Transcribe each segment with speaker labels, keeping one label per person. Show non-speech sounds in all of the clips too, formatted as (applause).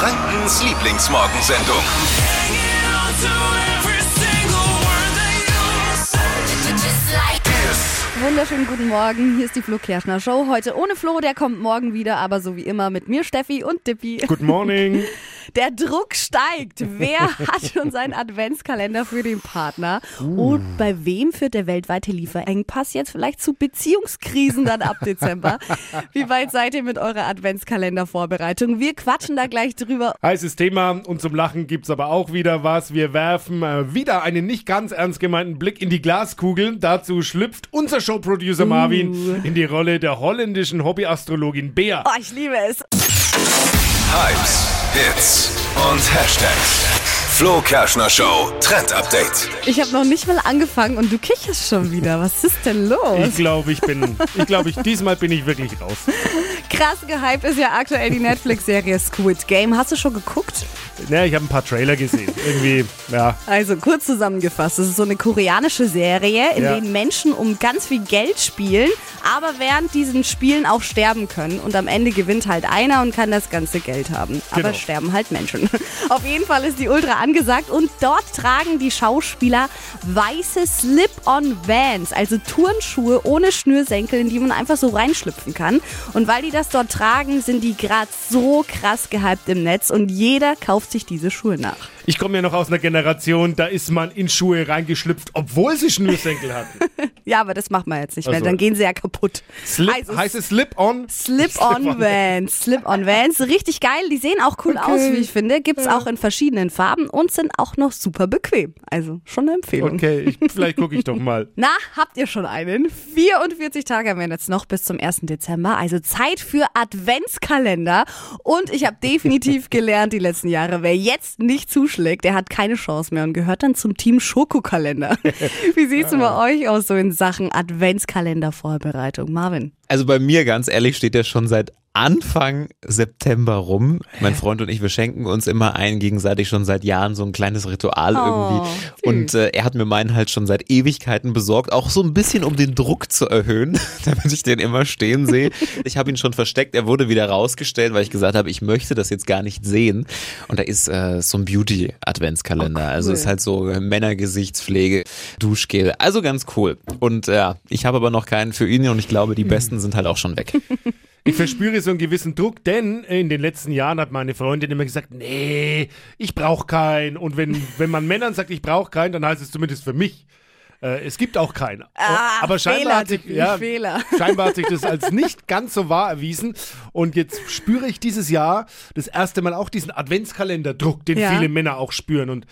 Speaker 1: Frankens Lieblingsmorgensendung.
Speaker 2: Wunderschönen guten Morgen, hier ist die Flo Kerschner Show. Heute ohne Flo, der kommt morgen wieder, aber so wie immer mit mir, Steffi und Dippi.
Speaker 3: Good morning.
Speaker 2: Der Druck steigt. Wer hat schon seinen Adventskalender für den Partner?
Speaker 3: Uh.
Speaker 2: Und bei wem führt der weltweite Lieferengpass jetzt vielleicht zu Beziehungskrisen dann ab Dezember? Wie weit seid ihr mit eurer Adventskalendervorbereitung? Wir quatschen da gleich drüber.
Speaker 3: Heißes Thema und zum Lachen gibt's aber auch wieder was. Wir werfen äh, wieder einen nicht ganz ernst gemeinten Blick in die Glaskugel. Dazu schlüpft unser Showproducer Marvin in die Rolle der holländischen Hobbyastrologin Bea.
Speaker 2: Oh, ich liebe es.
Speaker 1: Hypes, Hits und Hashtags. Flo Kerschner Show Trend Update.
Speaker 2: Ich habe noch nicht mal angefangen und du kicherst schon wieder. Was ist denn los?
Speaker 3: Ich glaube, ich bin, ich glaube, ich diesmal bin ich wirklich raus.
Speaker 2: Krass gehypt ist ja aktuell die Netflix-Serie Squid Game. Hast du schon geguckt?
Speaker 3: Naja, ich habe ein paar Trailer gesehen. Irgendwie, ja.
Speaker 2: Also kurz zusammengefasst, es ist so eine koreanische Serie, in
Speaker 3: Ja.
Speaker 2: der Menschen um ganz viel Geld spielen, aber während diesen Spielen auch sterben können. Und am Ende gewinnt halt einer und kann das ganze Geld haben. Aber
Speaker 3: Genau.
Speaker 2: sterben halt Menschen. (laughs) Auf jeden Fall ist die Ultra angesagt und dort tragen die Schauspieler weiße Slip-on-Vans, also Turnschuhe ohne Schnürsenkel, in die man einfach so reinschlüpfen kann. Und weil die das dort tragen, sind die gerade so krass gehypt im Netz und jeder kauft sich diese Schuhe nach.
Speaker 3: Ich komme ja noch aus einer Generation, da ist man in Schuhe reingeschlüpft, obwohl sie Schnürsenkel hatten.
Speaker 2: Ja, aber das macht man jetzt nicht, weil
Speaker 3: Also-
Speaker 2: dann gehen sie ja kaputt.
Speaker 3: Slip,
Speaker 2: Also,
Speaker 3: heißt es Slip-on? Slip-on.
Speaker 2: Slip-on-Vans, Slip-on-Vans, richtig geil. Die sehen auch cool aus, wie ich finde. Gibt's auch in verschiedenen Farben und sind auch noch super bequem. Also schon eine Empfehlung.
Speaker 3: Okay, ich, vielleicht gucke ich doch mal.
Speaker 2: Na, habt ihr schon einen? 44 Tage haben wir jetzt noch bis zum 1. Dezember, also Zeit für Adventskalender. Und ich habe
Speaker 3: (laughs)
Speaker 2: definitiv gelernt die letzten Jahre, wer jetzt nicht zuschlägt, der hat keine Chance mehr und gehört dann zum Team
Speaker 3: (laughs)
Speaker 2: Schokokalender. Wie sieht's denn
Speaker 3: Ah.
Speaker 2: bei euch aus so in Sachen Adventskalendervorbereitung, Marvin?
Speaker 4: Also bei mir, ganz ehrlich, steht der schon seit Anfang September rum. Mein Freund und ich, wir schenken uns immer ein, gegenseitig schon seit Jahren so ein kleines Ritual
Speaker 2: Oh,
Speaker 4: irgendwie. Und äh, er hat mir meinen halt schon seit Ewigkeiten besorgt, auch so ein bisschen, um den Druck zu erhöhen, (laughs) damit ich den immer stehen (laughs) sehe. Ich habe ihn schon versteckt, er wurde wieder rausgestellt, weil ich gesagt habe, ich möchte das jetzt gar nicht sehen. Und da ist äh, so ein Beauty-Adventskalender. Also ist halt so Männergesichtspflege, Duschgel. Also ganz cool. Und ja, ich habe aber noch keinen für ihn und ich glaube, die besten sind halt auch schon weg.
Speaker 3: Ich verspüre so einen gewissen Druck, denn in den letzten Jahren hat meine Freundin immer gesagt, nee, ich brauche keinen. Und wenn, wenn man Männern sagt, ich brauche keinen, dann heißt es zumindest für mich, äh, es gibt auch keinen.
Speaker 2: Ah,
Speaker 3: Oh,
Speaker 2: Fehler,
Speaker 3: Aber scheinbar hat, sich,
Speaker 2: Tippi,
Speaker 3: ja,
Speaker 2: Fehler.
Speaker 3: scheinbar hat sich das als nicht ganz so wahr erwiesen. Und jetzt spüre ich dieses Jahr das erste Mal auch diesen Adventskalenderdruck, den
Speaker 2: Ja.
Speaker 3: viele Männer auch spüren. Und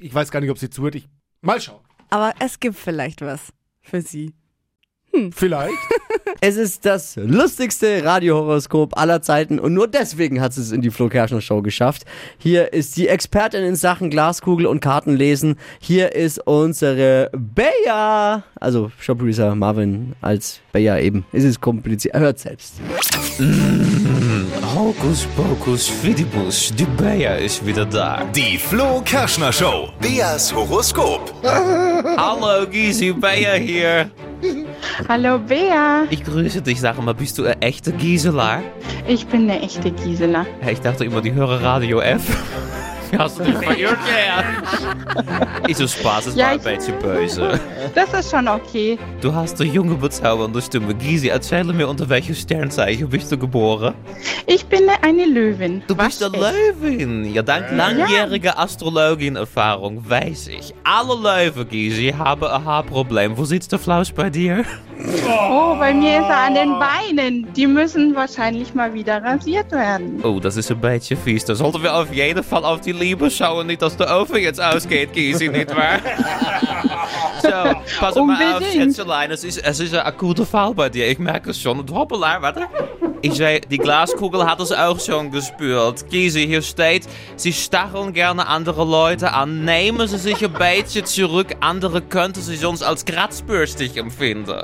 Speaker 3: ich weiß gar nicht, ob sie zuhört. Ich, mal schauen.
Speaker 2: Aber es gibt vielleicht was für sie. Hm.
Speaker 3: Vielleicht.
Speaker 5: Es ist das lustigste Radiohoroskop aller Zeiten und nur deswegen hat es in die Flo Kerschner Show geschafft. Hier ist die Expertin in Sachen Glaskugel und Kartenlesen. Hier ist unsere Bea. Also Showproducer Marvin als Bea eben. Es ist kompliziert. Hört selbst.
Speaker 4: Hokus pokus fidibus, die Bayer ist wieder da.
Speaker 1: Die Flo Kerschner Show. Beas Horoskop.
Speaker 4: (laughs) Hallo Gysi, Bayer hier.
Speaker 6: Hallo Bea,
Speaker 4: Ich grüße dich, sag mal, bist du eine echte Gisela?
Speaker 6: ich bin eine echte Gisela.
Speaker 4: Hey, ich dachte immer, die höre Radio F. Hast du dich verirrt, ja? Ist so Spaß, es
Speaker 6: Ja,
Speaker 4: war ein
Speaker 6: ich-
Speaker 4: beetje böse.
Speaker 6: Das ist schon okay.
Speaker 4: Du hast eine junge, bezaubernde Stimme. Gysi, erzähl mir, unter welchem Sternzeichen bist du geboren?
Speaker 6: Ich bin eine Löwin.
Speaker 4: Du bist eine Löwin. Ja, dank langjährige Astrologin-Erfahrung weiß ich. Alle Löwen, Gysi, haben ein Haarproblem. Wo sitzt der Flaus bei dir?
Speaker 6: Oh, bei mir ist er an den Beinen. Die müssen wahrscheinlich mal wieder rasiert werden.
Speaker 4: Oh, das ist ein beetje vies. Da sollten wir auf jeden Fall auf die Liebe schauen, nicht dass der Ofen jetzt ausgeht, Gysi, nicht wahr? so, pass mal auf,
Speaker 6: Unbedingt.
Speaker 4: Schätzelein. Es ist, es ist ein akuter Fall bei dir. Ich merke es schon. Und hoppala, warte. Ich zei, die Glaskugel hat es auch schon gespürt. Gysi, hier steht, sie stacheln gerne andere Leute an. Nehmen sie sich ein beetje zurück. Andere könnten sie sonst als kratzbürstig empfinden.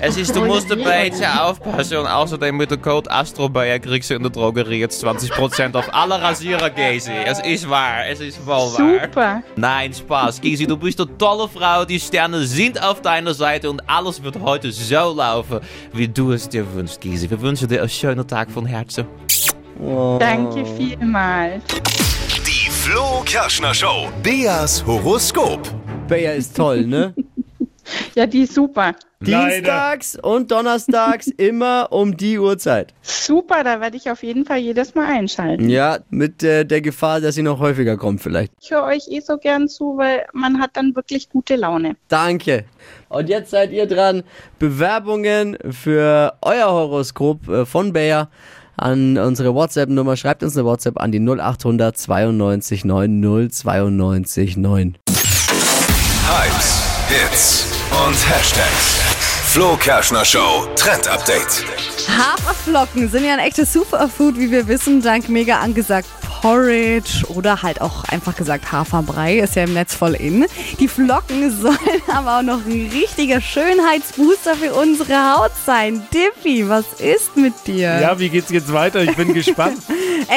Speaker 4: Es ist, du musst ein beetje aufpassen. Und außerdem mit dem Code AstroBayer kriegst du in der Drogerie jetzt 20% auf alle Rasierer, Gysi. Es ist wahr. Es ist wohl wahr.
Speaker 6: Super.
Speaker 4: Nein, Spaß. Kisi, du bist eine tolle Frau. Die Sterne sind auf deiner Seite und alles wird heute so laufen, wie du es dir wünschst, Kisi. Wir wünschen dir einen schönen Tag von Herzen.
Speaker 6: Danke vielmals.
Speaker 1: Die Flo Kerschner Show. Beas Horoskop.
Speaker 5: Bayer ist toll, ne?
Speaker 6: Ja, die ist super.
Speaker 3: Leider.
Speaker 5: Dienstags und donnerstags immer um die Uhrzeit.
Speaker 6: Super, da werde ich auf jeden Fall jedes Mal einschalten.
Speaker 5: Ja, mit äh, der Gefahr, dass sie noch häufiger kommt vielleicht.
Speaker 6: Ich höre euch eh so gern zu, weil man hat dann wirklich gute Laune.
Speaker 5: Danke. Und jetzt seid ihr dran. Bewerbungen für euer Horoskop äh, von Bayer an unsere WhatsApp-Nummer. Schreibt uns eine WhatsApp an die 0800 92 9 092 9.
Speaker 1: Hypes, Hits und Hashtags. Flo Kerschner Show Trend Update.
Speaker 2: Haferflocken sind ja ein echtes Superfood, wie wir wissen, dank mega angesagt Porridge oder halt auch einfach gesagt Haferbrei, ist ja im Netz voll in. Die Flocken (laughs) sollen aber auch noch ein richtiger Schönheitsbooster für unsere Haut sein. Dippy, was ist mit dir?
Speaker 3: Ja, wie geht's jetzt weiter? Ich bin gespannt.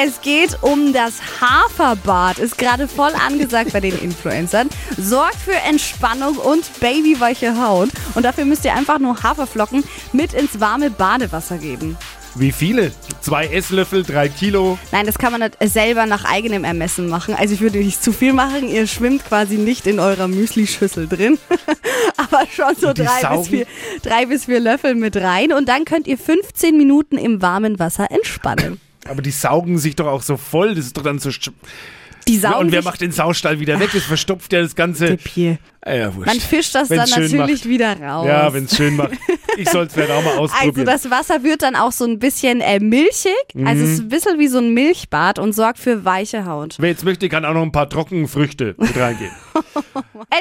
Speaker 2: Es geht um das Haferbad. Ist gerade voll angesagt bei den Influencern. Sorgt für Entspannung und babyweiche Haut. Und dafür müsst ihr einfach nur Haferflocken mit ins warme Badewasser geben.
Speaker 3: Wie viele? Zwei Esslöffel, drei Kilo.
Speaker 2: Nein, das kann man nicht selber nach eigenem Ermessen machen. Also ich würde nicht zu viel machen. Ihr schwimmt quasi nicht in eurer Müsli-Schüssel drin. (laughs) Aber schon so
Speaker 3: Und die
Speaker 2: drei bis,
Speaker 3: saugen?
Speaker 2: vier, drei bis vier Löffel mit rein. Und dann könnt ihr 15 Minuten im warmen Wasser entspannen.
Speaker 3: Aber die saugen sich doch auch so voll. Das ist doch dann so. sch-
Speaker 2: Die saugen
Speaker 3: und wer
Speaker 2: sich-
Speaker 3: macht den Saustall wieder weg? Das verstopft ja das ganze.
Speaker 2: Piep.
Speaker 3: Ah, ja, wurscht.
Speaker 2: Man fischt das
Speaker 3: Wenn's
Speaker 2: dann
Speaker 3: schön
Speaker 2: natürlich wieder raus.
Speaker 3: Macht. Ja, wenn es schön macht. Ich soll es vielleicht auch mal
Speaker 2: Also
Speaker 3: ausprobieren.
Speaker 2: das Wasser wird dann auch so ein bisschen äh, milchig, also
Speaker 3: Mhm.
Speaker 2: es ist ein bisschen wie so ein Milchbad und sorgt für weiche Haut.
Speaker 3: Wer jetzt möchte, kann auch noch ein paar trockene Früchte mit
Speaker 2: (laughs)
Speaker 3: reingehen.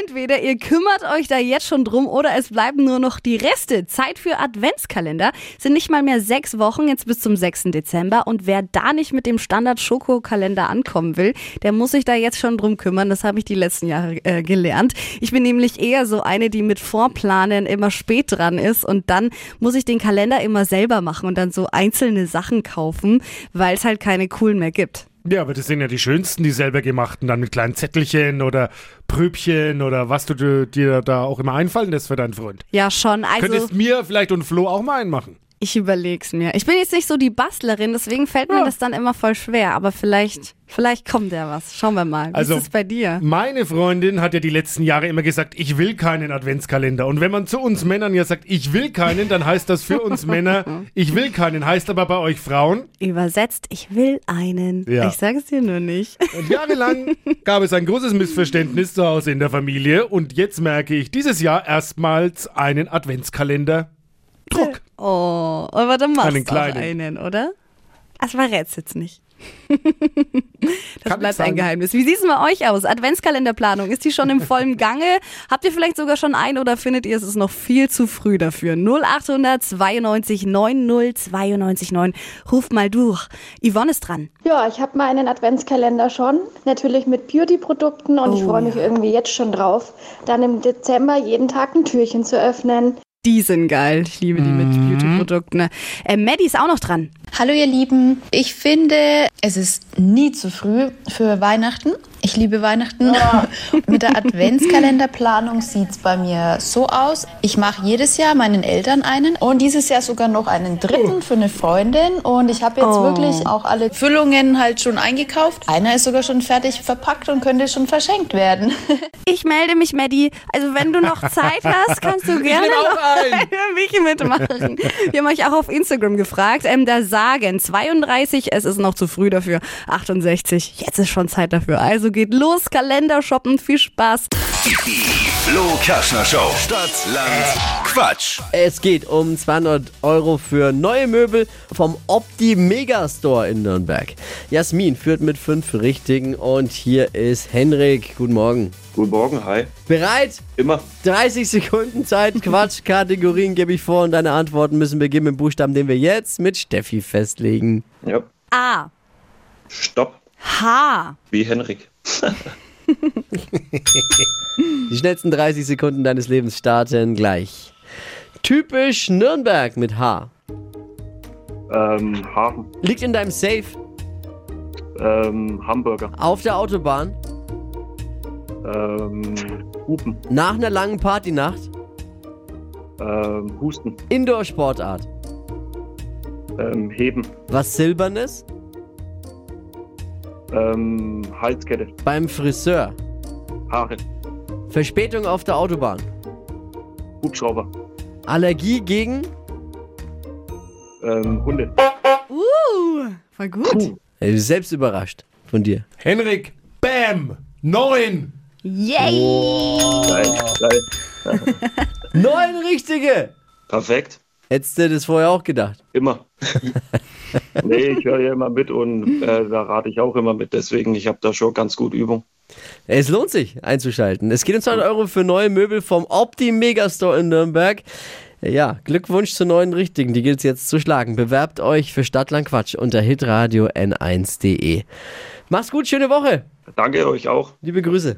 Speaker 2: Entweder ihr kümmert euch da jetzt schon drum oder es bleiben nur noch die Reste. Zeit für Adventskalender sind nicht mal mehr sechs Wochen, jetzt bis zum 6. Dezember und wer da nicht mit dem Standard Schokokalender ankommen will, der muss sich da jetzt schon drum kümmern, das habe ich die letzten Jahre äh, gelernt. Ich bin nämlich eher so eine, die mit Vorplanen immer spät dran ist und dann muss ich den Kalender immer selber machen und dann so einzelne Sachen kaufen, weil es halt keine coolen mehr gibt.
Speaker 3: Ja, aber das sind ja die schönsten, die selber gemachten, dann mit kleinen Zettelchen oder Pröbchen oder was du dir- dir da auch immer einfallen lässt für deinen Freund.
Speaker 2: Ja, schon. Also
Speaker 3: Könntest mir vielleicht und Flo auch mal einen machen.
Speaker 2: Ich überleg's mir. Ich bin jetzt nicht so die Bastlerin, deswegen fällt mir das dann immer voll schwer. Aber vielleicht, vielleicht kommt ja was. Schauen wir mal. Wie
Speaker 3: Also-
Speaker 2: ist es bei dir?
Speaker 3: Meine Freundin hat ja die letzten Jahre immer gesagt, ich will keinen Adventskalender. Und wenn man zu uns Männern ja sagt, ich will keinen, dann heißt das für uns Männer, ich will keinen. Heißt aber bei euch Frauen,
Speaker 2: Übersetzt, ich will einen.
Speaker 3: Ja.
Speaker 2: Ich sag's dir nur nicht.
Speaker 3: Und jahrelang gab es ein großes Missverständnis zu Hause in der Familie. Und jetzt merke ich dieses Jahr erstmals einen Adventskalender. Druck.
Speaker 2: Oh, aber dann machst
Speaker 3: Einen
Speaker 2: du auch
Speaker 3: kleinen.
Speaker 2: einen, oder? Das verrät's jetzt (laughs) nicht. das bleibt
Speaker 3: Kann nicht
Speaker 2: ein
Speaker 3: sein.
Speaker 2: Geheimnis. Wie sieht's bei euch aus? Adventskalenderplanung, ist die schon im
Speaker 3: (laughs)
Speaker 2: vollen Gange? Habt ihr vielleicht sogar schon einen oder findet ihr, es ist noch viel zu früh dafür? 0800 92 90 92 9. Ruf mal durch. Yvonne ist dran.
Speaker 7: Ja, ich habe mal einen Adventskalender schon, natürlich mit Beauty-Produkten und ich freue mich irgendwie jetzt schon drauf, dann im Dezember jeden Tag ein Türchen zu öffnen.
Speaker 2: Die sind geil. Ich liebe die mit Beauty-Produkten. ne? Äh, Maddie ist auch noch dran.
Speaker 8: Hallo ihr Lieben, ich finde, es ist nie zu früh für Weihnachten. Ich liebe Weihnachten. (laughs) Mit der Adventskalenderplanung sieht es bei mir so aus. Ich mache jedes Jahr meinen Eltern einen und dieses Jahr sogar noch einen dritten für eine Freundin. Und ich habe jetzt
Speaker 2: Oh.
Speaker 8: wirklich auch alle Füllungen halt schon eingekauft. Einer ist sogar schon fertig verpackt und könnte schon verschenkt werden. (laughs)
Speaker 2: Ich melde mich, Maddie. Also wenn du noch Zeit hast, kannst du gerne noch (laughs) für mich mitmachen. Wir haben euch auch auf Instagram gefragt. Ähm, da sagen 32, es ist noch zu früh dafür. 68, jetzt ist schon Zeit dafür. Also geht los, Kalender shoppen, viel Spaß.
Speaker 1: Die Flo Kerschner Show. Stadt, Land, Quatsch.
Speaker 5: Es geht um 200 Euro für neue Möbel vom Opti Megastore in Nürnberg. Jasmin führt mit fünf Richtigen und hier ist Henrik. Guten Morgen.
Speaker 9: Guten Morgen, hi.
Speaker 5: Bereit?
Speaker 9: Immer.
Speaker 5: 30 Sekunden Zeit, Quatsch, Kategorien gebe ich vor und deine Antworten müssen beginnen mit dem Buchstaben, den wir jetzt mit Steffi festlegen.
Speaker 9: Ja.
Speaker 2: A.
Speaker 9: Stopp.
Speaker 2: H.
Speaker 9: Wie Henrik.
Speaker 5: Die schnellsten 30 Sekunden deines Lebens starten gleich. Typisch Nürnberg mit H.
Speaker 10: Ähm, Hafen.
Speaker 5: Liegt in deinem Safe,
Speaker 10: Ähm, Hamburger.
Speaker 5: auf der Autobahn,
Speaker 10: Ähm, Hupen.
Speaker 5: nach einer langen Partynacht,
Speaker 10: Ähm, Husten.
Speaker 5: Indoor-Sportart.
Speaker 10: Ähm, Heben.
Speaker 5: Was Silbernes?
Speaker 10: Ähm, Halskette.
Speaker 5: Beim Friseur.
Speaker 10: Haare.
Speaker 5: Verspätung auf der Autobahn.
Speaker 10: Hubschrauber.
Speaker 5: Allergie gegen.
Speaker 10: Ähm, Hunde.
Speaker 2: Uh, voll gut.
Speaker 5: Ey, Selbst überrascht von dir.
Speaker 3: Henrik, bam, neun.
Speaker 2: Yay!
Speaker 10: Geil, geil.
Speaker 5: Neun richtige!
Speaker 9: Perfekt.
Speaker 5: Hättest du das vorher auch gedacht?
Speaker 9: Immer.
Speaker 10: Nee, ich höre ja immer mit und äh, da rate ich auch immer mit.
Speaker 9: Deswegen, ich habe da schon ganz gut Übung.
Speaker 5: Es lohnt sich einzuschalten. Es geht um 200 Euro für neue Möbel vom Opti Megastore in Nürnberg. Ja, Glückwunsch zu neuen Richtigen. Die gilt es jetzt zu schlagen. Bewerbt euch für Stadtland Quatsch unter hitradio n1.de. Mach's gut, schöne Woche.
Speaker 9: Danke euch auch.
Speaker 5: Liebe Grüße.